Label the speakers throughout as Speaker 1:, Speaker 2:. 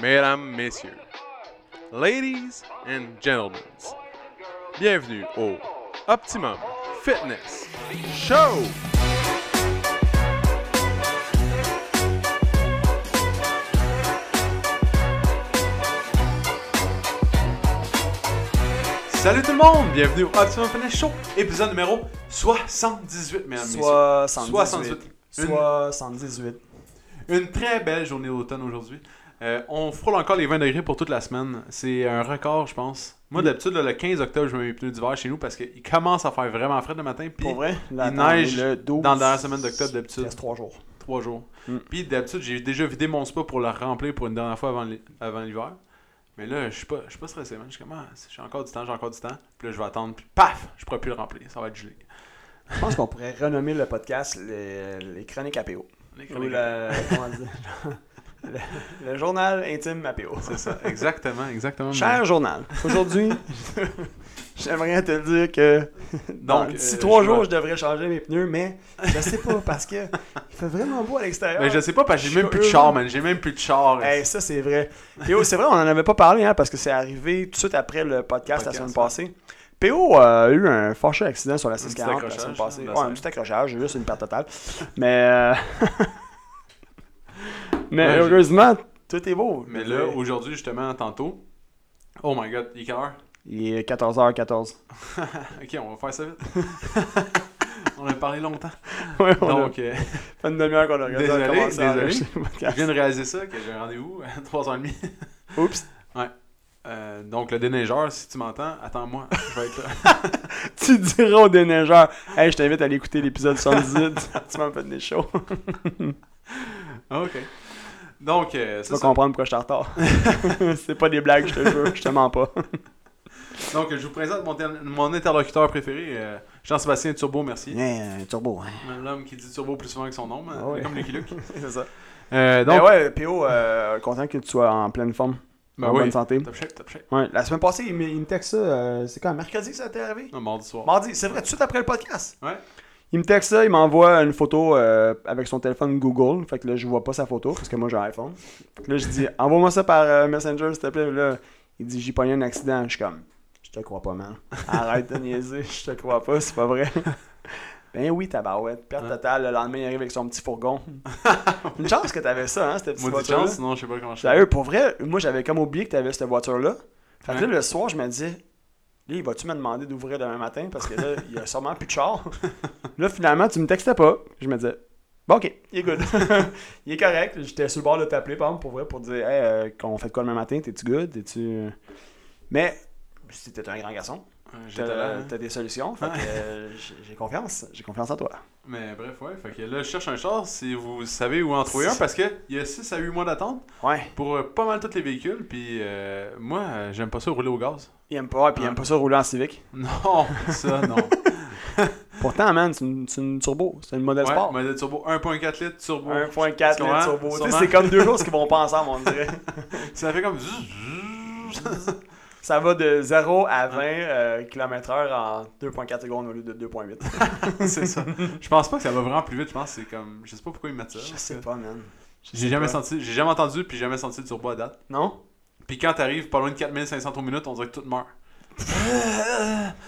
Speaker 1: mesdames, messieurs, ladies and gentlemen, bienvenue au Optimum Fitness Show! Salut tout le monde, bienvenue au Optimum Fitness Show, épisode numéro 78, mesdames, messieurs.
Speaker 2: 78.
Speaker 1: 78. Une-
Speaker 2: 78.
Speaker 1: Une très belle journée d'automne aujourd'hui. Euh, on frôle encore les 20 degrés pour toute la semaine. C'est un record, je pense.
Speaker 2: Mm.
Speaker 1: Moi, d'habitude, là, le 15 octobre, je mets mes pneus d'hiver chez nous parce qu'il commence à faire vraiment frais le matin. Puis
Speaker 2: Pour vrai,
Speaker 1: il neige
Speaker 2: le 12,
Speaker 1: dans la dernière semaine d'octobre, d'habitude.
Speaker 2: Il reste 3 jours.
Speaker 1: trois jours.
Speaker 2: Mm.
Speaker 1: Puis d'habitude, j'ai déjà vidé mon spa pour le remplir pour une dernière fois avant l'hi- avant l'hiver. Mais là, je suis pas, je suis pas stressé, man. Je suis comme, ah, j'ai encore du temps, j'ai encore du temps. Puis là, je vais attendre. Puis paf, je pourrais plus le remplir. Ça va être gelé.
Speaker 2: Je pense qu'on pourrait renommer le podcast les, les chroniques APO. Ou le, comment dire, le, le journal intime APO.
Speaker 1: C'est ça, exactement, exactement.
Speaker 2: Cher journal, aujourd'hui, j'aimerais te dire que dans
Speaker 1: Donc,
Speaker 2: d'ici
Speaker 1: euh,
Speaker 2: trois
Speaker 1: je
Speaker 2: jours,
Speaker 1: vois.
Speaker 2: je devrais changer mes pneus, mais je sais pas parce que il fait vraiment beau à l'extérieur.
Speaker 1: Mais je sais pas, parce que j'ai même plus de char, man. J'ai même plus de char.
Speaker 2: Hey, ça, c'est vrai. PO, c'est vrai, on en avait pas parlé, hein, parce que c'est arrivé tout de suite après le podcast, la
Speaker 1: Podcast,
Speaker 2: semaine
Speaker 1: ouais.
Speaker 2: passée. PO a eu un fâcheux accident sur la
Speaker 1: petit
Speaker 2: 640 la semaine
Speaker 1: accrochage,
Speaker 2: passée.
Speaker 1: là,
Speaker 2: Ouais, un
Speaker 1: c'est-
Speaker 2: petit accrochage, juste une perte totale. Mais, euh, Mais
Speaker 1: Ouais, j'ai-
Speaker 2: heureusement, tout est beau.
Speaker 1: Mais là, aujourd'hui, justement, tantôt. Oh my god, il est quelle heure?
Speaker 2: Il est 14h14.
Speaker 1: ok, on va faire ça vite. on a parlé longtemps.
Speaker 2: Ouais, on
Speaker 1: Donc, euh,
Speaker 2: a fait une demi-heure qu'on a regardé
Speaker 1: Désolé,
Speaker 2: à commencer à
Speaker 1: désolé.
Speaker 2: enregistrer le
Speaker 1: je
Speaker 2: podcast.
Speaker 1: viens de réaliser ça, que j'ai un rendez-vous à 3h30.
Speaker 2: Oups,
Speaker 1: Euh, donc, le déneigeur, si tu m'entends, attends-moi, je vais être là.
Speaker 2: tu diras au déneigeur, hey, je t'invite à aller écouter l'épisode 78, tu m'en fais des shows. Ah,
Speaker 1: ok. Donc, euh,
Speaker 2: Tu
Speaker 1: c'est
Speaker 2: vas
Speaker 1: ça.
Speaker 2: comprendre pourquoi je suis en retard. c'est pas des blagues, je te jure, je te mens pas.
Speaker 1: Donc, je vous présente mon, ter- mon interlocuteur préféré, euh, Jean-Sébastien Turbo, merci.
Speaker 2: un turbo, hein.
Speaker 1: L'homme qui dit Turbo plus souvent que son nom, hein,
Speaker 2: Ah ouais.
Speaker 1: comme Lucky Luke.
Speaker 2: c'est ça.
Speaker 1: Euh,
Speaker 2: Mais
Speaker 1: donc,
Speaker 2: ouais, PO, euh, content que tu sois en pleine forme,
Speaker 1: ben
Speaker 2: en
Speaker 1: oui,
Speaker 2: bonne santé.
Speaker 1: top shape, top shape.
Speaker 2: Ouais, la semaine passée, il me, il me texte ça, euh, c'est quand, mercredi que ça t'est arrivé?
Speaker 1: Un mardi soir.
Speaker 2: Mardi, c'est vrai, tout de suite après le podcast.
Speaker 1: Ouais.
Speaker 2: Il me texte ça, il m'envoie une photo euh, avec son téléphone Google. Fait que là, je vois pas sa photo parce que moi j'ai un iPhone. Fait que là, je dis, envoie-moi ça par euh, Messenger, s'il te plaît. Là, il dit, j'ai pogné un accident. Je suis comme, je te crois pas, man. Arrête de niaiser, je te crois pas, c'est pas vrai. Ben oui, tabarouette. Perte
Speaker 1: Ouais.
Speaker 2: totale, le lendemain, il arrive avec son petit fourgon. Une chance que t'avais ça, hein, cette petite
Speaker 1: Maudite
Speaker 2: voiture.
Speaker 1: chance, sinon je sais pas comment je
Speaker 2: D'ailleurs, pour vrai, moi j'avais comme oublié que t'avais cette voiture-là. Fait que là,
Speaker 1: Ouais.
Speaker 2: le soir, je me disais, là, il va-tu me demander d'ouvrir demain matin parce que là, il y a sûrement plus de char. là, finalement, tu me textais pas. Je me disais, bon, ok, il est good. il est correct. J'étais sur le bord de t'appeler, par exemple, pour vrai, pour dire, hey, euh, qu'on fait de quoi demain matin T'es-tu good T'es-tu. euh? Mais. Si t'es un grand garçon,
Speaker 1: Ouais, J'étais là.
Speaker 2: t'as
Speaker 1: hein.
Speaker 2: t'as des solutions, fait que, euh, j'ai j'ai confiance, j'ai confiance en toi.
Speaker 1: Mais bref, ouais. Fait que là, je cherche un char si vous savez où en trouver un parce qu'il y a 6 à 8 mois d'attente
Speaker 2: Ouais,
Speaker 1: pour euh, pas mal tous les véhicules. Puis euh, moi, euh, j'aime pas ça rouler au gaz.
Speaker 2: il aime pas, ouais, puis il aime pas ça rouler en civique.
Speaker 1: Non, ça, non.
Speaker 2: Pourtant, man, c'est une, c'est une turbo, c'est une modèle sport.
Speaker 1: ouais, modèle turbo 1.4 litres, turbo.
Speaker 2: 1.4
Speaker 1: Tu comprends?
Speaker 2: litres turbo. Tu sais,
Speaker 1: Sûrement.
Speaker 2: C'est comme deux choses qui vont pas ensemble, on dirait.
Speaker 1: Ça fait comme. zzzz, zzzz.
Speaker 2: Ça va de 0 à 20 km/h en 2.4 secondes au lieu de 2.8.
Speaker 1: c'est ça. Je pense pas que ça va vraiment plus vite. Je pense que c'est comme. Je sais pas pourquoi ils mettent ça.
Speaker 2: Je sais pas, man. Je
Speaker 1: J'ai
Speaker 2: sais
Speaker 1: jamais
Speaker 2: pas.
Speaker 1: senti, j'ai jamais entendu, puis jamais senti de turbo à date.
Speaker 2: Non?
Speaker 1: Puis quand t'arrives pas loin de 4500 tours minutes, on dirait que tout meurt.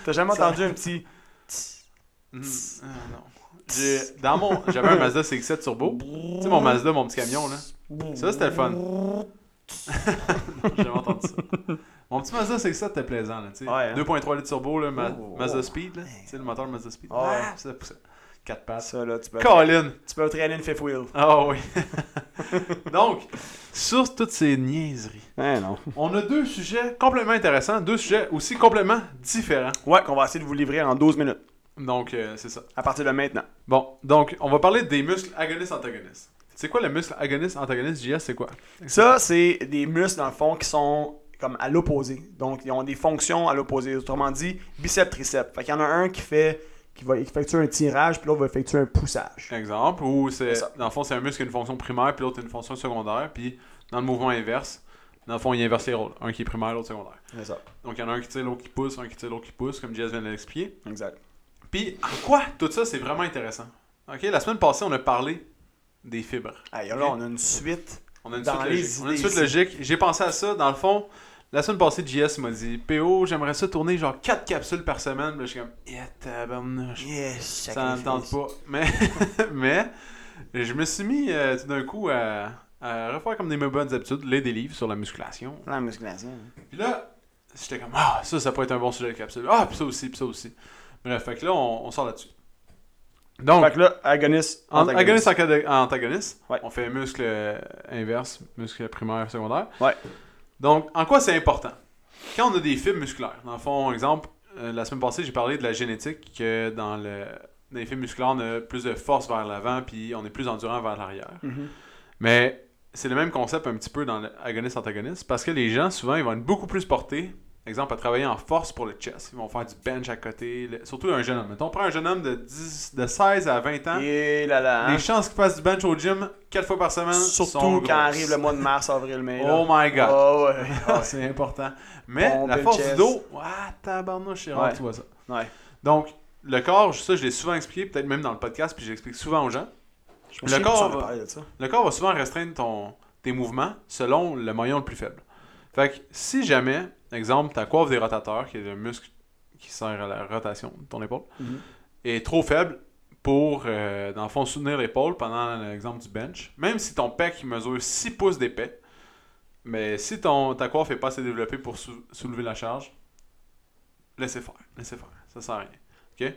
Speaker 2: T'as jamais
Speaker 1: Ça-
Speaker 2: entendu un petit.
Speaker 1: Mm, euh, non. J'ai, dans mon, j'avais un Mazda CX-7 turbo. Tu sais, mon Mazda, mon petit camion, là. Ça, c'était le fun. J'ai jamais entendu ça. Mon petit Mazda CX-7 était plaisant, là, tu sais.
Speaker 2: Ouais, hein.
Speaker 1: 2.3 litres turbo, là, ma-
Speaker 2: Oh,
Speaker 1: Mazda
Speaker 2: oh.
Speaker 1: Speed, là. Tu sais, le moteur Mazda Speed.
Speaker 2: Ouais.
Speaker 1: Ah, ça poussait. 4 passes.
Speaker 2: Ah, Ça, là, tu peux,
Speaker 1: Colin!
Speaker 2: tu peux traîner une fifth wheel.
Speaker 1: Ah oui. Donc, sur toutes ces niaiseries,
Speaker 2: Ouais, non.
Speaker 1: on a deux sujets complètement intéressants, deux sujets aussi complètement différents.
Speaker 2: Ouais, qu'on va essayer de vous livrer en 12 minutes,
Speaker 1: Donc, euh, c'est ça.
Speaker 2: à partir de maintenant.
Speaker 1: Bon, donc, on va parler des muscles agonistes-antagonistes. C'est quoi le muscle agoniste-antagoniste, JS, c'est quoi?
Speaker 2: Ça, c'est des muscles, dans le fond, qui sont comme à l'opposé. Donc, ils ont des fonctions à l'opposé. Autrement dit, bicep, tricep. Fait qu'il y en a un qui fait qui va effectuer un tirage, puis l'autre va effectuer un poussage.
Speaker 1: Exemple, ou c'est,
Speaker 2: C'est ça.
Speaker 1: dans le fond, c'est un muscle qui a une fonction primaire, puis l'autre une fonction secondaire, puis dans le mouvement inverse, dans le fond, il inverse les rôles. Un qui est primaire, l'autre secondaire.
Speaker 2: C'est ça.
Speaker 1: Donc, il y en a un qui tire, l'autre qui pousse, un qui tire, l'autre qui pousse, comme JS vient de l'expliquer.
Speaker 2: Exact.
Speaker 1: Puis, en quoi tout ça, c'est vraiment intéressant? OK, la semaine passée, on a parlé des fibres.
Speaker 2: Aïe, là, on a une suite
Speaker 1: On a une
Speaker 2: Dans
Speaker 1: suite
Speaker 2: les
Speaker 1: logique. On a une
Speaker 2: idées
Speaker 1: suite logique. J'ai pensé à ça. Dans le fond, la semaine passée, JS m'a dit PO, j'aimerais ça tourner genre 4 capsules par semaine. Puis là, je suis comme Yeah, tabarnouche.
Speaker 2: Yes,
Speaker 1: Ça me tente pas. Mais, mais je me suis mis euh, tout d'un coup à, à refaire comme des mes bonnes habitudes, les des livres sur la musculation.
Speaker 2: La musculation.
Speaker 1: Puis là, j'étais comme Ah, ça, ça pourrait être un bon sujet de capsule. Ah, puis ça aussi, puis ça aussi. Bref, fait que là, on, on sort là-dessus. Donc,
Speaker 2: Fait que là, agoniste,
Speaker 1: en-
Speaker 2: antagoniste.
Speaker 1: Agoniste, antagoniste. antagoniste.
Speaker 2: Ouais.
Speaker 1: On fait muscle euh, inverse, muscle primaire, secondaire.
Speaker 2: Ouais.
Speaker 1: Donc, en quoi c'est important? Quand on a des fibres musculaires, dans le fond, exemple, euh, la semaine passée, j'ai parlé de la génétique, que dans, le, dans les fibres musculaires, on a plus de force vers l'avant, puis on est plus endurant vers l'arrière.
Speaker 2: Mhm.
Speaker 1: Mais c'est le même concept un petit peu dans l'agoniste-antagoniste, parce que les gens, souvent, ils vont être beaucoup plus portés, exemple, à travailler en force pour le chest. Ils vont faire du bench à côté, le- surtout un jeune homme. Mettons, on prend un jeune homme de, 10, de 16 à 20 ans,
Speaker 2: Et là là. hein.
Speaker 1: les chances qu'il fasse du bench au gym 4 fois par semaine sont
Speaker 2: Surtout
Speaker 1: grosses.
Speaker 2: quand arrive le mois de mars, avril, mai. là.
Speaker 1: Oh my god.
Speaker 2: Ah ouais, ah ouais.
Speaker 1: c'est important. Mais
Speaker 2: Pompe
Speaker 1: la
Speaker 2: le
Speaker 1: force
Speaker 2: chest.
Speaker 1: du dos, ah tabarnouche, c'est rare
Speaker 2: Ouais.
Speaker 1: que tu vois ça.
Speaker 2: Ouais.
Speaker 1: Donc, le corps, ça je l'ai souvent expliqué, peut-être même dans le podcast, puis j'explique souvent aux gens.
Speaker 2: Je me souviens
Speaker 1: Le
Speaker 2: plus si on
Speaker 1: corps
Speaker 2: a
Speaker 1: va-
Speaker 2: parlé de ça.
Speaker 1: Le corps va souvent restreindre ton, tes mouvements selon le maillon le plus faible. Fait que si jamais, exemple, ta coiffe des rotateurs, qui est le muscle qui sert à la rotation de ton épaule,
Speaker 2: Mhm.
Speaker 1: est trop faible pour, euh, dans le fond, soutenir l'épaule pendant l'exemple du bench, même si ton pec mesure 6 pouces d'épais, mais si ton, ta coiffe n'est pas assez développée pour sou- soulever la charge, laissez faire, laissez faire, ça sert à rien.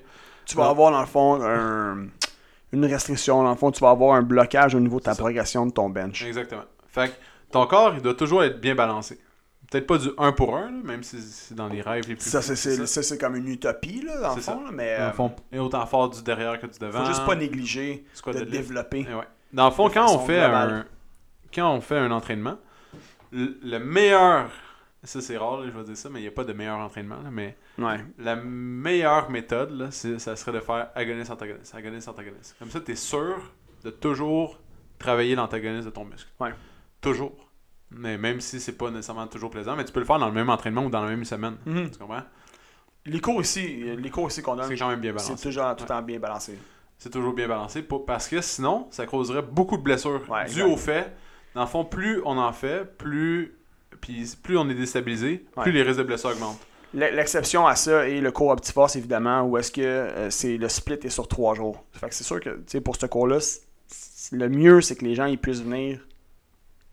Speaker 2: Tu vas
Speaker 1: Non.
Speaker 2: avoir, dans le fond, un- une restriction. Dans le fond, tu vas avoir un blocage au niveau de ta
Speaker 1: C'est ça.
Speaker 2: progression de ton bench.
Speaker 1: Exactement. Fait que ton corps, il doit toujours être bien balancé. Peut-être pas du 1 pour 1, là, même si c'est dans les rêves les plus
Speaker 2: Ça,
Speaker 1: fous,
Speaker 2: c'est- c'est ça, c'est comme une utopie, là, dans le
Speaker 1: C'est
Speaker 2: fond. là, mais
Speaker 1: Dans
Speaker 2: euh,
Speaker 1: le fond, et autant fort du derrière que du devant.
Speaker 2: faut juste pas négliger
Speaker 1: squat
Speaker 2: de
Speaker 1: deadlift.
Speaker 2: développer.
Speaker 1: Eh ouais. Dans le fond,
Speaker 2: De
Speaker 1: quand on
Speaker 2: façon
Speaker 1: fait
Speaker 2: globale.
Speaker 1: un quand on fait un entraînement, le, le meilleur ça c'est rare, là, je vais dire ça, mais il n'y a pas de meilleur entraînement, là, mais
Speaker 2: Ouais.
Speaker 1: la meilleure méthode, là, c'est- ça serait de faire agoniste-antagoniste, agoniste-antagoniste. Comme ça, tu es sûr de toujours travailler l'antagoniste de ton muscle.
Speaker 2: Ouais.
Speaker 1: Toujours. Mais même si c'est pas nécessairement toujours plaisant, mais tu peux le faire dans le même entraînement ou dans la même semaine.
Speaker 2: Mhm.
Speaker 1: Tu comprends?
Speaker 2: Les cours ici, les cours ici qu'on donne,
Speaker 1: C'est quand même bien
Speaker 2: c'est
Speaker 1: balancé.
Speaker 2: toujours tout le temps bien balancé.
Speaker 1: C'est toujours bien balancé pour- parce que sinon, ça causerait beaucoup de blessures
Speaker 2: Ouais,
Speaker 1: dues
Speaker 2: exact.
Speaker 1: au fait. Dans le fond, plus on en fait, plus, puis plus on est déstabilisé, plus
Speaker 2: Ouais.
Speaker 1: les risques de blessures augmentent.
Speaker 2: L- L'exception à ça est le cours OptiForce, évidemment, où est-ce que euh, c'est le split est sur trois jours. Fait que c'est sûr que tu sais, pour ce cours-là, c- c- le mieux, c'est que les gens ils puissent venir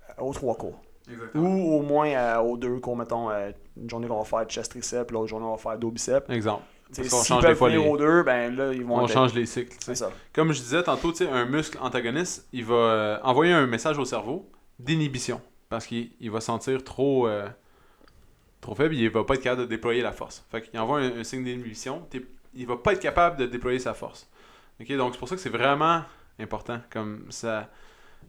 Speaker 2: euh, aux trois cours.
Speaker 1: Exactement.
Speaker 2: Ou au moins euh, aux deux cours, mettons, euh, une journée qu'on va faire chest tricep, l'autre journée on va faire dos bicep.
Speaker 1: Exemple.
Speaker 2: Tu sais,
Speaker 1: Parce qu'on
Speaker 2: S'ils
Speaker 1: change des
Speaker 2: peuvent
Speaker 1: fois
Speaker 2: venir
Speaker 1: les-
Speaker 2: aux deux, ben là, ils vont
Speaker 1: On
Speaker 2: être-
Speaker 1: change les cycles. tu sais.
Speaker 2: C'est ça.
Speaker 1: Comme je disais tantôt, tu sais, un muscle antagoniste, il va euh, envoyer un message au cerveau d'inhibition parce qu'il il va se sentir trop, euh, trop faible, il va pas être capable de déployer la force. Fait qu'il envoie un, un signe d'inhibition, t'es- il va pas être capable de déployer sa force. Ok, donc c'est pour ça que c'est vraiment important. Comme ça,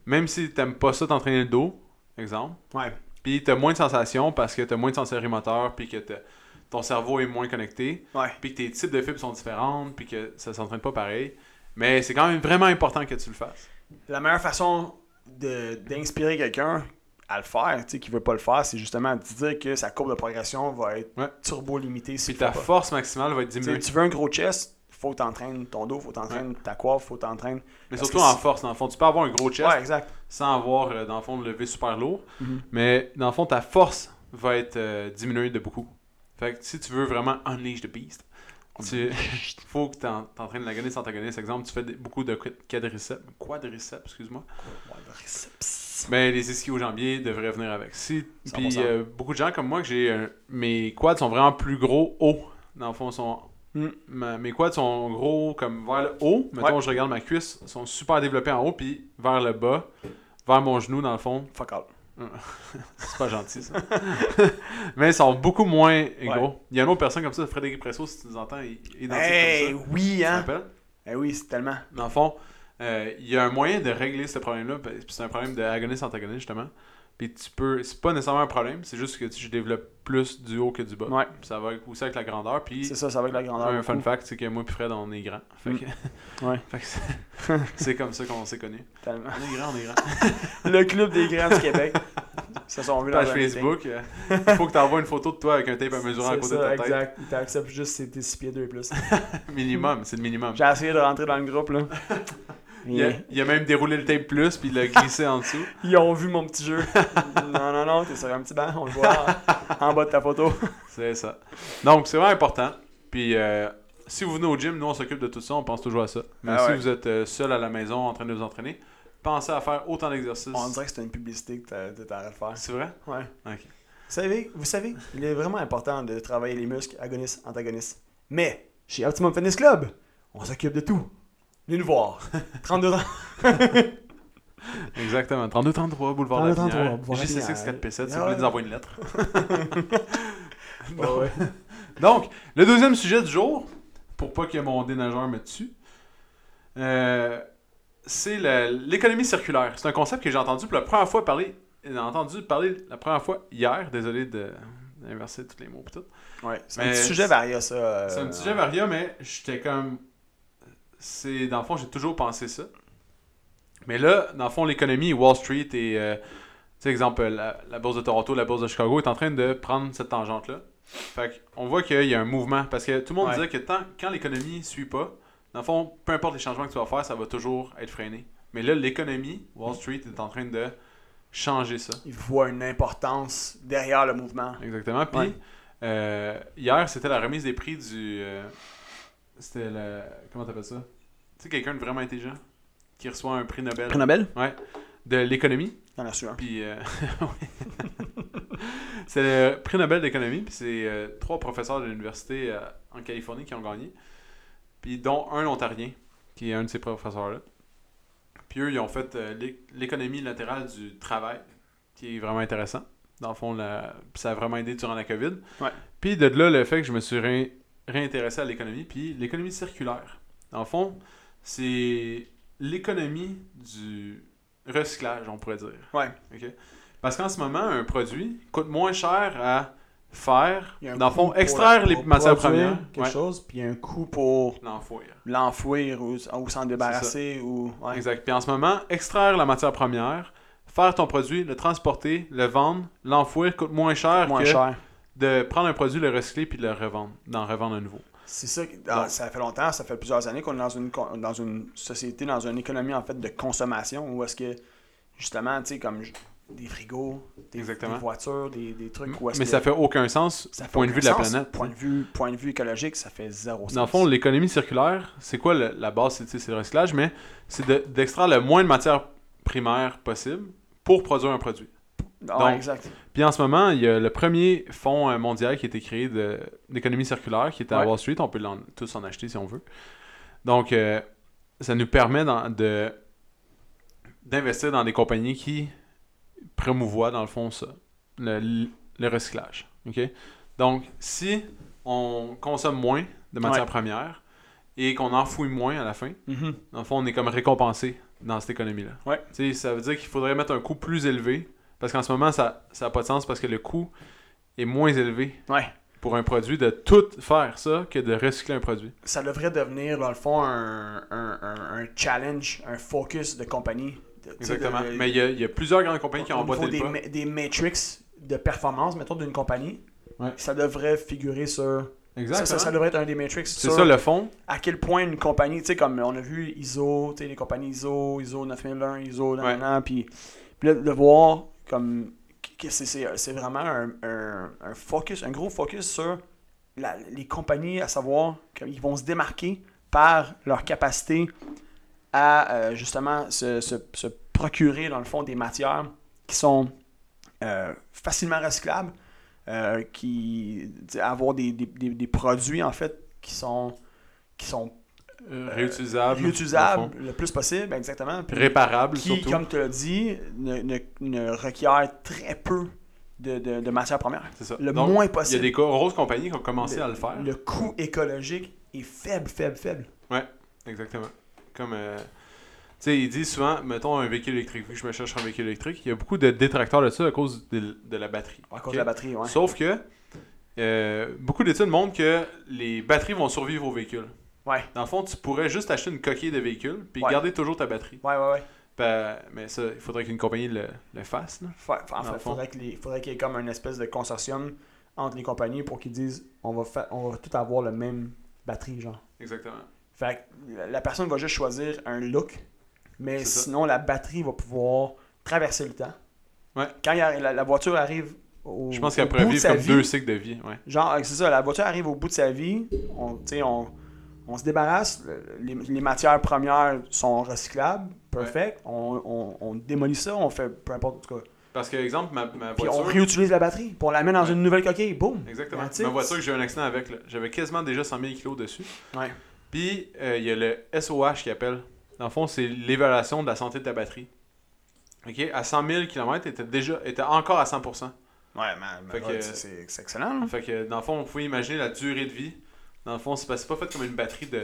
Speaker 1: même si t'aimes pas ça t'entraîner le dos, exemple,
Speaker 2: Ouais.
Speaker 1: puis t'as moins de sensations parce que t'as moins de sensorimoteurs, puis que t'as- ton cerveau est moins connecté,
Speaker 2: Ouais.
Speaker 1: puis que tes types de fibres sont différentes, puis que ça s'entraîne pas pareil. Mais c'est quand même vraiment important que tu le fasses.
Speaker 2: La meilleure façon de- d'inspirer quelqu'un à le faire, tu sais, qui veut pas le faire, c'est justement de dire que sa courbe de progression va être
Speaker 1: Ouais.
Speaker 2: turbo limitée si
Speaker 1: Puis ta
Speaker 2: pas.
Speaker 1: force maximale va être
Speaker 2: Tu sais,
Speaker 1: diminuée.
Speaker 2: tu veux un gros chest, faut que t'entraînes ton dos, faut que t'entraînes ta coiffe, faut que t'entraînes.
Speaker 1: Mais
Speaker 2: parce
Speaker 1: surtout
Speaker 2: que
Speaker 1: en
Speaker 2: si-
Speaker 1: force, dans le fond. Tu peux avoir un gros chest
Speaker 2: Ouais, exact.
Speaker 1: sans avoir, euh, dans le fond, de lever super lourd.
Speaker 2: Mhm.
Speaker 1: Mais dans le fond, ta force va être euh, diminuée de beaucoup. Fait que si tu veux vraiment unleash the beast, tu... faut que t'en- t'entraînes l'agoniste, antagoniste. Exemple, tu fais des- beaucoup de quadriceps, quadriceps, excuse-moi. Mais Ben, les ischios jambiers devraient venir avec. Si,
Speaker 2: 100%.
Speaker 1: puis euh, beaucoup de gens comme moi, que j'ai euh, mes quads sont vraiment plus gros haut. Dans le fond, sont,
Speaker 2: Mm.
Speaker 1: ma- mes quads sont gros comme vers le haut. Mettons,
Speaker 2: Ouais.
Speaker 1: je regarde ma cuisse, sont super développés en haut, puis vers le bas, vers mon genou, dans le fond.
Speaker 2: Fuck all.
Speaker 1: C'est pas gentil, ça. Mais ils sont beaucoup moins gros. Il y a une autre personne comme ça, Frédéric Presso, si tu nous entends, il il est identique
Speaker 2: Hey,
Speaker 1: comme ça.
Speaker 2: oui,
Speaker 1: Tu te
Speaker 2: hein.
Speaker 1: rappelles?
Speaker 2: Eh oui, c'est tellement.
Speaker 1: Dans le fond, euh, il y a un moyen de régler ce problème-là. pa- puis C'est un problème d'agoniste-antagoniste, justement. Puis tu peux. C'est pas nécessairement un problème, c'est juste que tu développes plus du haut que du bas.
Speaker 2: Ouais.
Speaker 1: Puis Ça va aussi avec la grandeur. Puis
Speaker 2: C'est ça, ça va avec la grandeur.
Speaker 1: un fun
Speaker 2: beaucoup. Mm.
Speaker 1: fact, c'est que moi et Fred, on est grand. Fait que,
Speaker 2: Ouais.
Speaker 1: fait que c'est- c'est comme ça qu'on s'est connus.
Speaker 2: Tellement.
Speaker 1: On est grand, on est grand.
Speaker 2: Le club des grands du Québec. Ça sont vus dans
Speaker 1: Page
Speaker 2: un meeting.
Speaker 1: Facebook, euh, il faut que tu envoies une photo de toi avec un tape à mesurer à
Speaker 2: C'est
Speaker 1: côté
Speaker 2: ça,
Speaker 1: de ta tête.
Speaker 2: exact. Ils t'acceptent juste si t'es 6 pieds 2 et plus.
Speaker 1: Minimum, c'est le minimum.
Speaker 2: J'ai essayé de rentrer dans le groupe, là.
Speaker 1: Il a, il a même déroulé le tape plus, puis il l'a glissé en dessous.
Speaker 2: Ils ont vu mon petit jeu. non, non, non, t'es sur un petit banc, on le voit en, en bas de ta photo.
Speaker 1: C'est ça. Donc, c'est vraiment important. Puis, euh, si vous venez au gym, nous, on s'occupe de tout ça, on pense toujours à ça. Mais
Speaker 2: Ah
Speaker 1: si
Speaker 2: ouais.
Speaker 1: vous êtes euh, seul à la maison en train de vous entraîner, pensez à faire autant d'exercices.
Speaker 2: On dirait que c'était une publicité que t'a- t'étais à faire.
Speaker 1: C'est vrai?
Speaker 2: Ouais.
Speaker 1: Ok.
Speaker 2: Vous savez, vous savez, il est vraiment important de travailler les muscles agonistes, antagonistes. Mais chez Optimum Fitness Club, on s'occupe de tout. Venez nous voir. 32 ans.
Speaker 1: Exactement. 32-33, boulevard La
Speaker 2: 32-33,
Speaker 1: Pinière.
Speaker 2: boulevard
Speaker 1: JC6
Speaker 2: Lapinière.
Speaker 1: 4P7, si
Speaker 2: Ah
Speaker 1: vous voulez
Speaker 2: ouais.
Speaker 1: nous envoyer une lettre.
Speaker 2: Ouais, ouais.
Speaker 1: Donc, le deuxième sujet du jour, pour pas que mon dénageur me tue, euh, c'est la- l'économie circulaire. C'est un concept que j'ai entendu pour la première fois parler, j'ai entendu parler la première fois hier. Désolé de d'inverser tous les mots. pis tout.
Speaker 2: Ouais, c'est un
Speaker 1: Mais
Speaker 2: petit sujet
Speaker 1: c'est-
Speaker 2: varié, ça. euh,
Speaker 1: C'est un petit sujet varié, mais j'étais comme. C'est, dans le fond, j'ai toujours pensé ça. Mais là, dans le fond, l'économie, Wall Street et. euh, tu sais, exemple, la, la bourse de Toronto, la bourse de Chicago est en train de prendre cette tangente-là. Fait qu'on voit qu'il y a un mouvement. Parce que tout le monde
Speaker 2: Ouais.
Speaker 1: disait que tant, quand l'économie suit pas, dans le fond, peu importe les changements que tu vas faire, ça va toujours être freiné. Mais là, l'économie, Wall Street est en train de changer ça.
Speaker 2: Il voit une importance derrière le mouvement.
Speaker 1: Exactement. Puis,
Speaker 2: Ouais.
Speaker 1: euh, hier, c'était la remise des prix du. euh, c'était le. Comment t'appelles ça Tu sais, quelqu'un de vraiment intelligent qui reçoit un prix Nobel
Speaker 2: Nobel?
Speaker 1: de l'économie.
Speaker 2: Il y en a reçu un.
Speaker 1: Puis. euh, c'est le prix Nobel d'économie. Puis, c'est euh, trois professeurs de l'université euh, en Californie qui ont gagné. Puis, dont un ontarien, qui est un de ces professeurs-là. Puis, eux, ils ont fait euh, l'é- l'économie latérale du travail, qui est vraiment intéressant dans le fond, la- puis ça a vraiment aidé durant la COVID.
Speaker 2: Ouais.
Speaker 1: Puis de là, le fait que je me suis réin- réintéressé à l'économie, puis l'économie circulaire. Dans le fond, c'est l'économie du recyclage, on pourrait dire.
Speaker 2: Ouais.
Speaker 1: OK? Parce qu'en ce moment, un produit coûte moins cher à faire,
Speaker 2: Il y a un
Speaker 1: dans le
Speaker 2: coût
Speaker 1: fond,
Speaker 2: pour-
Speaker 1: extraire les
Speaker 2: pour
Speaker 1: matières
Speaker 2: produire
Speaker 1: premières,
Speaker 2: Quelque
Speaker 1: ouais,
Speaker 2: chose, puis il y a un coût pour
Speaker 1: l'enfouir.
Speaker 2: l'enfouir ou, ou s'en débarrasser. ou ouais.
Speaker 1: Exact. Puis en ce moment, extraire la matière première, faire ton produit, le transporter, le vendre, l'enfouir coûte moins cher
Speaker 2: moins
Speaker 1: que
Speaker 2: cher.
Speaker 1: de prendre un produit, le recycler puis de le revendre, d'en revendre un nouveau.
Speaker 2: C'est ça. que- ah,
Speaker 1: Donc-
Speaker 2: ça fait longtemps, ça fait plusieurs années qu'on est dans une, con- dans une société, dans une économie en fait de consommation où est-ce que justement, tu sais, comme j- des frigos, des,
Speaker 1: Exactement.
Speaker 2: des voitures, des, des trucs où est-ce
Speaker 1: Mais
Speaker 2: que
Speaker 1: ça fait aucun sens
Speaker 2: ça fait
Speaker 1: point de
Speaker 2: aucun
Speaker 1: vue de la
Speaker 2: sens.
Speaker 1: planète. hein.
Speaker 2: Point de vue, point de vue écologique, ça fait zéro sens.
Speaker 1: Dans le fond, l'économie circulaire, c'est quoi le- la base C'est tu sais, c'est le recyclage, mais c'est de- d'extraire le moins de matière primaire possible pour produire un produit.
Speaker 2: Ah,
Speaker 1: donc-
Speaker 2: exact.
Speaker 1: Puis en ce moment, il y a le premier fonds euh, mondial qui a été créé de- d'économie circulaire qui est à
Speaker 2: Ouais.
Speaker 1: Wall Street. On peut l'en- tous en acheter si on veut. Donc, euh, ça nous permet d'en- de d'investir dans des compagnies qui promouvoient, dans le fond, ça, le, le recyclage. OK? Donc, si on consomme moins de matières
Speaker 2: Ouais.
Speaker 1: premières et qu'on enfouit moins à la fin,
Speaker 2: Mhm.
Speaker 1: dans le fond, on est comme récompensé dans cette économie-là.
Speaker 2: Ouais.
Speaker 1: Tu sais, ça veut dire qu'il faudrait mettre un coût plus élevé. Parce qu'en ce moment, ça n'a pas de sens parce que le coût est moins élevé
Speaker 2: Ouais.
Speaker 1: pour un produit de tout faire ça que de recycler un produit.
Speaker 2: ça devrait devenir, dans le fond, un, un- un- un challenge, un focus de compagnie. De- tu sais,
Speaker 1: Exactement.
Speaker 2: de-
Speaker 1: Mais il y, a- il y a plusieurs grandes compagnies qui ont
Speaker 2: au niveau
Speaker 1: emboîté
Speaker 2: des,
Speaker 1: le pas.
Speaker 2: ma- des metrics de performance, mettons, d'une compagnie,
Speaker 1: Ouais.
Speaker 2: ça devrait figurer sur... Ça,
Speaker 1: Exactement.
Speaker 2: ça, ça devrait être un des metrics
Speaker 1: C'est
Speaker 2: sur
Speaker 1: ça le fond.
Speaker 2: à quel point une compagnie, tu sais, comme on a vu ISO, tu sais, les compagnies ISO, ISO 9001, ISO, nan,
Speaker 1: Ouais.
Speaker 2: nan, nan, puis puis là, de voir comme que c'est- c'est c'est vraiment un, un- un focus, un gros focus sur la- les compagnies, à savoir qu'ils vont se démarquer par leur capacité à euh, justement se, se- se procurer, dans le fond, des matières qui sont euh, facilement recyclables, euh, qui tu sais, avoir des, des- des- des produits, en fait, qui sont qui sont
Speaker 1: Euh, réutilisable. dans le fond.
Speaker 2: réutilisables le plus possible, ben, exactement. Puis
Speaker 1: Réparable
Speaker 2: qui,
Speaker 1: surtout.
Speaker 2: comme tu l'as dit, ne, ne, ne requiert très peu de, de, de matières premières.
Speaker 1: C'est ça.
Speaker 2: Le
Speaker 1: Donc,
Speaker 2: moins
Speaker 1: il y a
Speaker 2: possible.
Speaker 1: des grosses compagnies qui ont commencé à le faire.
Speaker 2: Le coût écologique est faible, faible, faible.
Speaker 1: Exactement. Comme. euh, tu sais, ils disent souvent, mettons un véhicule électrique, vu que je me cherche un véhicule électrique, il y a beaucoup de détracteurs de ça à cause de, de la batterie.
Speaker 2: À cause
Speaker 1: Ok?
Speaker 2: de la batterie, ouais.
Speaker 1: Sauf que euh, beaucoup d'études montrent que les batteries vont survivre aux véhicules.
Speaker 2: Ouais.
Speaker 1: Dans le fond, tu pourrais juste acheter une coquille de véhicule puis
Speaker 2: Ouais.
Speaker 1: garder toujours ta batterie.
Speaker 2: Ouais, ouais, ouais.
Speaker 1: Ben, mais ça, il faudrait qu'une compagnie le, le fasse. là.
Speaker 2: Fa- fa- en
Speaker 1: Dans le
Speaker 2: fait,
Speaker 1: fond.
Speaker 2: faudrait que les- faudrait qu'il y ait comme une espèce de consortium entre les compagnies pour qu'ils disent on va, fa- on va tout avoir la même batterie, genre.
Speaker 1: Exactement.
Speaker 2: Fait que la- la personne va juste choisir un look Mais
Speaker 1: C'est ça.
Speaker 2: sinon, la batterie va pouvoir traverser le temps.
Speaker 1: Ouais.
Speaker 2: Quand il arri- la, la voiture arrive au,
Speaker 1: Je pense
Speaker 2: au
Speaker 1: qu'elle pourrait
Speaker 2: bout de
Speaker 1: vivre
Speaker 2: sa
Speaker 1: comme
Speaker 2: vie,
Speaker 1: deux cycles de vie. Ouais.
Speaker 2: Genre, c'est ça, la voiture arrive au bout de sa vie, on, tu sais, on, on se débarrasse, le- les, les matières premières sont recyclables, perfect, on, on- on démolit ça, on fait peu importe, en tout cas.
Speaker 1: Parce que, exemple, ma, ma
Speaker 2: Puis
Speaker 1: voiture.
Speaker 2: on réutilise la batterie, puis on la met dans
Speaker 1: Ouais.
Speaker 2: une nouvelle coquille, boum!
Speaker 1: Exactement.
Speaker 2: That's it.
Speaker 1: Ma voiture que j'ai eu un accident avec, là, j'avais quasiment déjà 100 000 kilos dessus.
Speaker 2: Ouais.
Speaker 1: Puis, euh, il y a le SOH qui appelle. Dans le fond, c'est l'évaluation de la santé de ta batterie. OK? À 100 000 km, était déjà, était encore à 100
Speaker 2: Ouais, man,
Speaker 1: Fait que-
Speaker 2: c'est c'est excellent, là.
Speaker 1: Fait que, dans le fond, vous pouvez imaginer la durée de vie. Dans le fond, c'est pas, c'est pas fait comme une batterie de,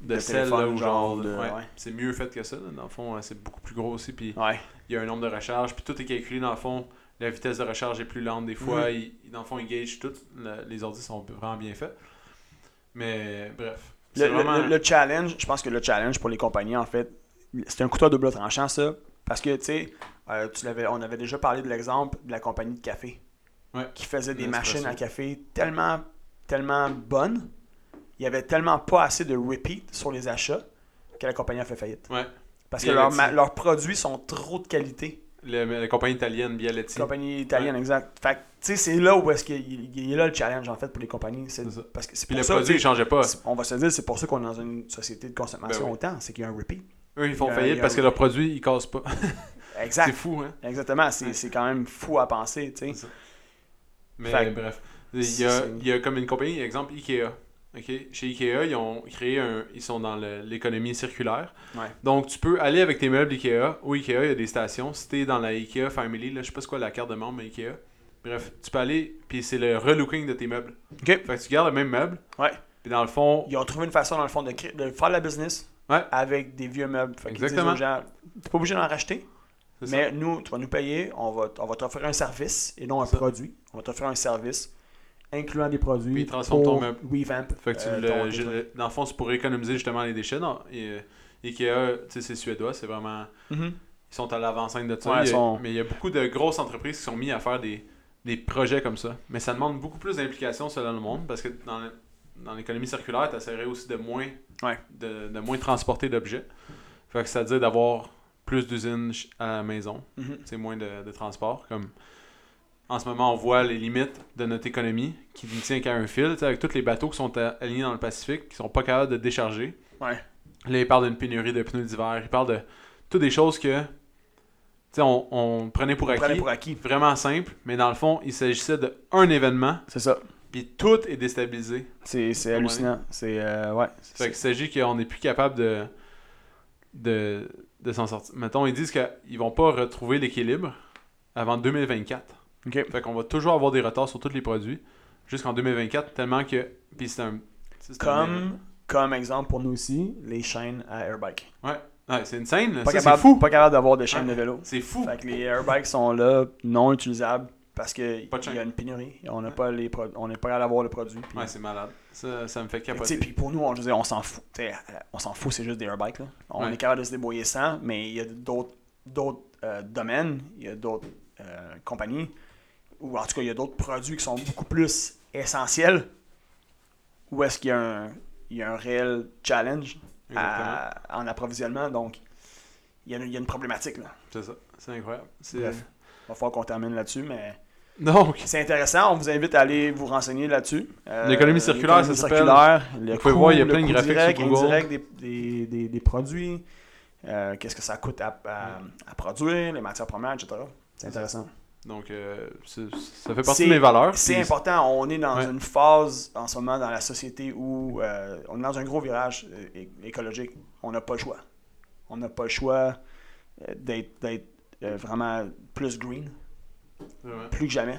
Speaker 1: de,
Speaker 2: De
Speaker 1: sel, là,
Speaker 2: téléphone,
Speaker 1: ou
Speaker 2: genre
Speaker 1: genre.
Speaker 2: de-
Speaker 1: ouais.
Speaker 2: ouais.
Speaker 1: C'est mieux fait que ça. là. Dans le fond, hein, c'est beaucoup plus gros aussi. Puis,
Speaker 2: Ouais.
Speaker 1: il y a un nombre de recharges, puis tout est calculé dans le fond. La vitesse de recharge est plus lente des fois. il- il- dans le fond, ils gage tout. Le- les ordi sont vraiment bien faits. Mais bref.
Speaker 2: Le,
Speaker 1: C'est vraiment...
Speaker 2: le- le- le challenge, je pense que le challenge pour les compagnies, en fait, c'est un couteau à double tranchant, ça. Parce que, tu sais, euh, tu l'avais- on avait déjà parlé de l'exemple de la compagnie de café.
Speaker 1: Ouais.
Speaker 2: Qui faisait des
Speaker 1: Nespresso.
Speaker 2: machines à café tellement, tellement bonnes. Il y avait tellement pas assez de repeat sur les achats que la compagnie a fait faillite.
Speaker 1: Ouais.
Speaker 2: Parce que
Speaker 1: Bien
Speaker 2: leurs
Speaker 1: dit.
Speaker 2: ma- leurs produits sont trop de qualité.
Speaker 1: Le- la compagnie italienne, Bialetti.
Speaker 2: Compagnie italienne, exact. Fait que, tu sais, c'est là où est-ce qu'il il est là le challenge, en fait, pour les compagnies. C'est
Speaker 1: C'est ça.
Speaker 2: parce que c'est
Speaker 1: Puis
Speaker 2: pour
Speaker 1: le
Speaker 2: ça,
Speaker 1: produit,
Speaker 2: tu
Speaker 1: il
Speaker 2: sais,
Speaker 1: changeait pas.
Speaker 2: c'est- on va se dire, c'est pour ça qu'on est dans une société de consommation
Speaker 1: Ben oui.
Speaker 2: autant, c'est qu'il y a un repeat.
Speaker 1: Eux, ils font
Speaker 2: il y a- Euh, il y
Speaker 1: faillite
Speaker 2: a-
Speaker 1: parce que leur produit, ils cassent pas. c'est
Speaker 2: Exact.
Speaker 1: fou, hein.
Speaker 2: Exactement, c'est
Speaker 1: Ouais.
Speaker 2: c'est quand même fou à penser, tu sais.
Speaker 1: Mais
Speaker 2: Fait que-
Speaker 1: bref. Il y,
Speaker 2: C'est-
Speaker 1: a,
Speaker 2: c'est-
Speaker 1: il y a comme une compagnie, exemple, Ikea. OK? Chez Ikea, ils ont créé un. Ils sont dans le- l'économie circulaire.
Speaker 2: Ouais.
Speaker 1: Donc, tu peux aller avec tes meubles Ikea. Au Ikea, il y a des stations. Si t'es dans la Ikea Family, là, je sais pas c'est quoi la carte de membre, mais Ikea. Bref, tu peux aller, puis c'est le relooking de tes meubles.
Speaker 2: OK.
Speaker 1: Fait que tu gardes le même meuble,
Speaker 2: Ouais.
Speaker 1: puis dans le fond,
Speaker 2: Ils ont trouvé une façon, dans le fond, de, créer- de faire de la business
Speaker 1: Ouais.
Speaker 2: avec des vieux meubles. Fait qu'ils disent
Speaker 1: Exactement.
Speaker 2: aux gens, t'es pas obligé d'en racheter,
Speaker 1: c'est ça.
Speaker 2: mais nous, tu vas nous payer, on va, on va t'offrir un service et non un
Speaker 1: C'est ça.
Speaker 2: produit. On va t'offrir un service incluant des produits.
Speaker 1: Puis ils transforment ton
Speaker 2: pour
Speaker 1: meuble.
Speaker 2: Revamp.
Speaker 1: Fait que tu
Speaker 2: euh,
Speaker 1: le-
Speaker 2: ton-
Speaker 1: je- le- dans le fond, c'est pour économiser justement les déchets. Non, et, euh, Ikea, tu sais, c'est suédois, c'est vraiment.
Speaker 2: Mhm.
Speaker 1: Ils sont à l'avant-scène de ça.
Speaker 2: Ouais,
Speaker 1: Il y a-
Speaker 2: sont-
Speaker 1: Mais il y a beaucoup de grosses entreprises qui sont mises à faire des, des projets comme ça. Mais ça demande beaucoup plus d'implication selon le monde parce que dans, le- dans l'économie circulaire, tu essaierais aussi de moins,
Speaker 2: Ouais.
Speaker 1: de, de moins transporter d'objets. Fait que ça veut dire d'avoir plus d'usines ch- à la maison,
Speaker 2: Mhm.
Speaker 1: c'est moins de, de transport. Comme en ce moment, on voit les limites de notre économie qui ne tient qu'à un fil, tu sais, avec tous les bateaux qui sont a- alignés dans le Pacifique, qui sont pas capables de décharger.
Speaker 2: Ouais.
Speaker 1: Là, ils parlent d'une pénurie de pneus d'hiver, ils parlent de toutes des choses que tu sais, on, on prenait pour
Speaker 2: On prenait
Speaker 1: acquis.
Speaker 2: pour acquis.
Speaker 1: Vraiment simple, mais dans le fond, il s'agissait d'un événement,
Speaker 2: C'est ça.
Speaker 1: puis tout est déstabilisé.
Speaker 2: C'est c'est hallucinant. C'est euh, ouais.
Speaker 1: Fait qu'il s'agit qu'on n'est plus capable de, de, de s'en sortir. Mettons, ils disent qu'ils vont pas retrouver l'équilibre avant 2024.
Speaker 2: Ok.
Speaker 1: Fait qu'on va toujours avoir des retards sur tous les produits jusqu'en 2024, tellement que. Puis c'est un. c'est un-
Speaker 2: Comme comme exemple pour nous aussi, les chaînes à airbike.
Speaker 1: Ouais, c'est une scène, là.
Speaker 2: Pas
Speaker 1: Ça, c'est
Speaker 2: capable,
Speaker 1: fou. Ah.
Speaker 2: pas capable d'avoir de chaînes
Speaker 1: Ouais.
Speaker 2: de vélo.
Speaker 1: C'est fou.
Speaker 2: Fait que les airbikes sont là non utilisables parce que
Speaker 1: Pas de
Speaker 2: il y a
Speaker 1: chaîne.
Speaker 2: une pénurie. On n'a
Speaker 1: Ouais.
Speaker 2: pas les pro- on n'est pas capable d'avoir le produit. puis-
Speaker 1: Ouais, c'est malade. Ça, ça me fait
Speaker 2: Fait que, tu sais,
Speaker 1: capoter.
Speaker 2: puis pour nous, on, je veux dire, on s'en fout. Tu sais, On s'en fout, c'est juste des airbikes. là. On
Speaker 1: Ouais.
Speaker 2: est capable de se débrouiller sans, mais il y a d'autres d'autres euh, domaines, il y a d'autres euh, compagnies, ou en tout cas, il y a d'autres produits qui sont beaucoup plus essentiels. Où est-ce qu'il y, a un- il y a un réel challenge
Speaker 1: Exactement.
Speaker 2: à- en approvisionnement? Donc, il y a, une- il y a une problématique. Là.
Speaker 1: C'est ça. C'est incroyable. C'est-
Speaker 2: Bref. Euh, Il va falloir qu'on termine là-dessus, mais
Speaker 1: Donc,
Speaker 2: c'est intéressant. On vous invite à aller vous renseigner là-dessus. Euh,
Speaker 1: L'économie circulaire,
Speaker 2: l'économie
Speaker 1: ça s'appelle.
Speaker 2: circulaire, le
Speaker 1: Vous pouvez
Speaker 2: coût-
Speaker 1: voir, il y a
Speaker 2: le
Speaker 1: plein de
Speaker 2: coût
Speaker 1: graphiques
Speaker 2: direct,
Speaker 1: sur Google.
Speaker 2: indirect des, des, des, des produits, euh, qu'est-ce que ça coûte à, à, à produire, les matières premières, etc. C'est intéressant.
Speaker 1: donc euh, c'est- ça fait partie
Speaker 2: C'est-
Speaker 1: de mes valeurs.
Speaker 2: C'est
Speaker 1: puis-
Speaker 2: important. On est dans
Speaker 1: Ouais.
Speaker 2: une phase en ce moment dans la société où euh, on est dans un gros virage euh, é- écologique. On n'a pas le choix. On n'a pas le choix euh, d'être d'être, euh, vraiment plus green.
Speaker 1: Vraiment.
Speaker 2: plus que jamais.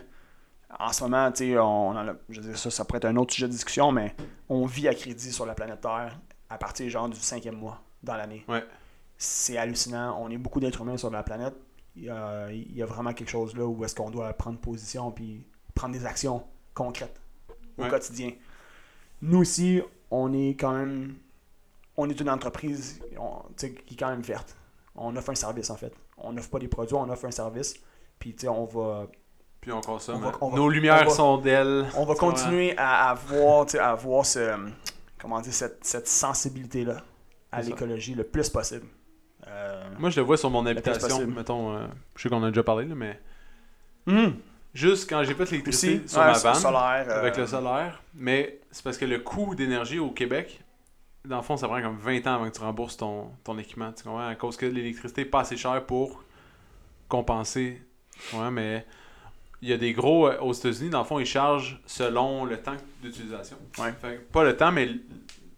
Speaker 2: En ce moment, tu sais, on en a- je veux dire, ça, ça pourrait être un autre sujet de discussion, mais on vit à crédit sur la planète Terre à partir genre du cinquième mois dans l'année.
Speaker 1: Ouais.
Speaker 2: C'est hallucinant. On est beaucoup d'êtres humains sur la planète. Il y a, il y a vraiment quelque chose là où est-ce qu'on doit prendre position puis prendre des actions concrètes au
Speaker 1: Ouais.
Speaker 2: quotidien. Nous aussi, on est quand même, on est une entreprise on- tu sais, qui est quand même verte. On offre un service en fait. On n'offre pas des produits, on offre un service. Puis tu sais, on va
Speaker 1: Puis on consomme. euh,
Speaker 2: On va- on va-
Speaker 1: Nos lumières
Speaker 2: on va-
Speaker 1: sont d'elles.
Speaker 2: on va
Speaker 1: C'est
Speaker 2: continuer à avoir, à avoir ce, comment dire, cette, cette sensibilité-là à
Speaker 1: C'est ça.
Speaker 2: l'écologie le plus possible. Euh, là.
Speaker 1: Moi, je le vois sur mon
Speaker 2: plus
Speaker 1: habitation.
Speaker 2: possible.
Speaker 1: Mettons, euh, je sais qu'on en a déjà parlé, là, mais
Speaker 2: Hum.
Speaker 1: juste quand j'ai fait l'électricité
Speaker 2: Aussi,
Speaker 1: sur
Speaker 2: ouais,
Speaker 1: ma
Speaker 2: sur le
Speaker 1: vanne,
Speaker 2: solaire. euh,
Speaker 1: avec le solaire, mais c'est parce que le coût d'énergie au Québec, dans le fond, ça prend comme 20 ans avant que tu rembourses ton, ton équipement. Tu comprends? À cause que l'électricité est pas assez chère pour compenser. Tu comprends? Mais il y a des gros. euh, Aux États-Unis, dans le fond, ils chargent selon le temps d'utilisation.
Speaker 2: Ouais.
Speaker 1: Fait que pas le temps, mais l-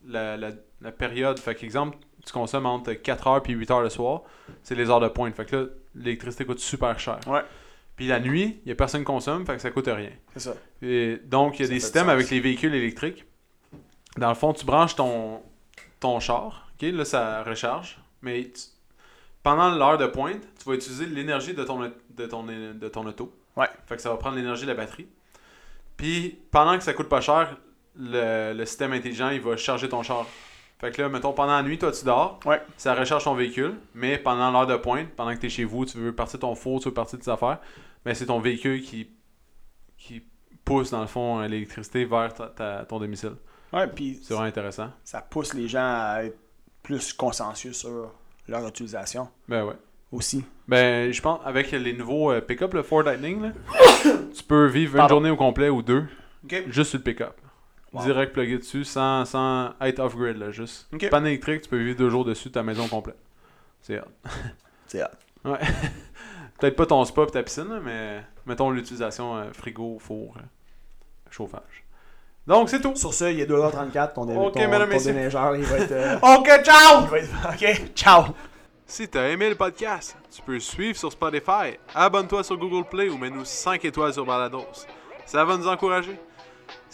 Speaker 1: la, la- la période. Fait qu'exemple, tu consommes entre 4h et 8h le soir, c'est les heures de pointe. Fait que là, l'électricité coûte super cher.
Speaker 2: Ouais.
Speaker 1: Puis la nuit, il y a personne qui consomme, fait que ça coûte rien.
Speaker 2: C'est ça.
Speaker 1: Et donc, il y a
Speaker 2: Ça fait
Speaker 1: des
Speaker 2: du
Speaker 1: systèmes
Speaker 2: sens.
Speaker 1: avec les véhicules électriques. Dans le fond, tu branches ton, ton char. ok Là, ça recharge. Mais tu- pendant l'heure de pointe, tu vas utiliser l'énergie de ton, de, ton, de ton auto.
Speaker 2: Ouais.
Speaker 1: Fait que ça va prendre l'énergie de la batterie. Puis, pendant que ça coûte pas cher, le, le système intelligent, il va charger ton char. Fait que là, mettons, pendant la nuit, toi, tu dors.
Speaker 2: Ouais.
Speaker 1: Ça recharge ton véhicule. Mais pendant l'heure de pointe, pendant que tu es chez vous, tu veux partir ton four, tu veux partir tes affaires, mais c'est ton véhicule qui, qui pousse, dans le fond, euh, l'électricité vers ta- ta- ton domicile.
Speaker 2: Ouais, puis
Speaker 1: C'est vraiment intéressant.
Speaker 2: ça pousse les gens à être plus consciencieux sur leur utilisation
Speaker 1: Ben ouais.
Speaker 2: aussi.
Speaker 1: Ben, je pense, avec les nouveaux euh, pick-up, le Ford Lightning, là, tu peux vivre
Speaker 2: Pardon.
Speaker 1: une journée au complet ou deux
Speaker 2: OK.
Speaker 1: juste sur le pick-up.
Speaker 2: Wow.
Speaker 1: Direct plugué dessus, sans, sans être off-grid, là, juste.
Speaker 2: Ok.
Speaker 1: Panne électrique, tu peux vivre deux jours dessus ta maison complète. C'est hot.
Speaker 2: C'est hot.
Speaker 1: Ouais. Peut-être pas ton spa et ta piscine, là, mais mettons l'utilisation euh, frigo, four, euh, chauffage. Donc, c'est tout.
Speaker 2: Sur ce, il est 2h34, ton, dé-
Speaker 1: Ok,
Speaker 2: ton,
Speaker 1: mesdames,
Speaker 2: ton
Speaker 1: messieurs.
Speaker 2: déneigeur, il va être... euh,
Speaker 1: OK, ciao!
Speaker 2: il va être- OK, ciao!
Speaker 1: Si t'as aimé le podcast, tu peux le suivre sur Spotify, abonne-toi sur Google Play ou mets-nous 5 étoiles sur Balados. Ça va nous encourager.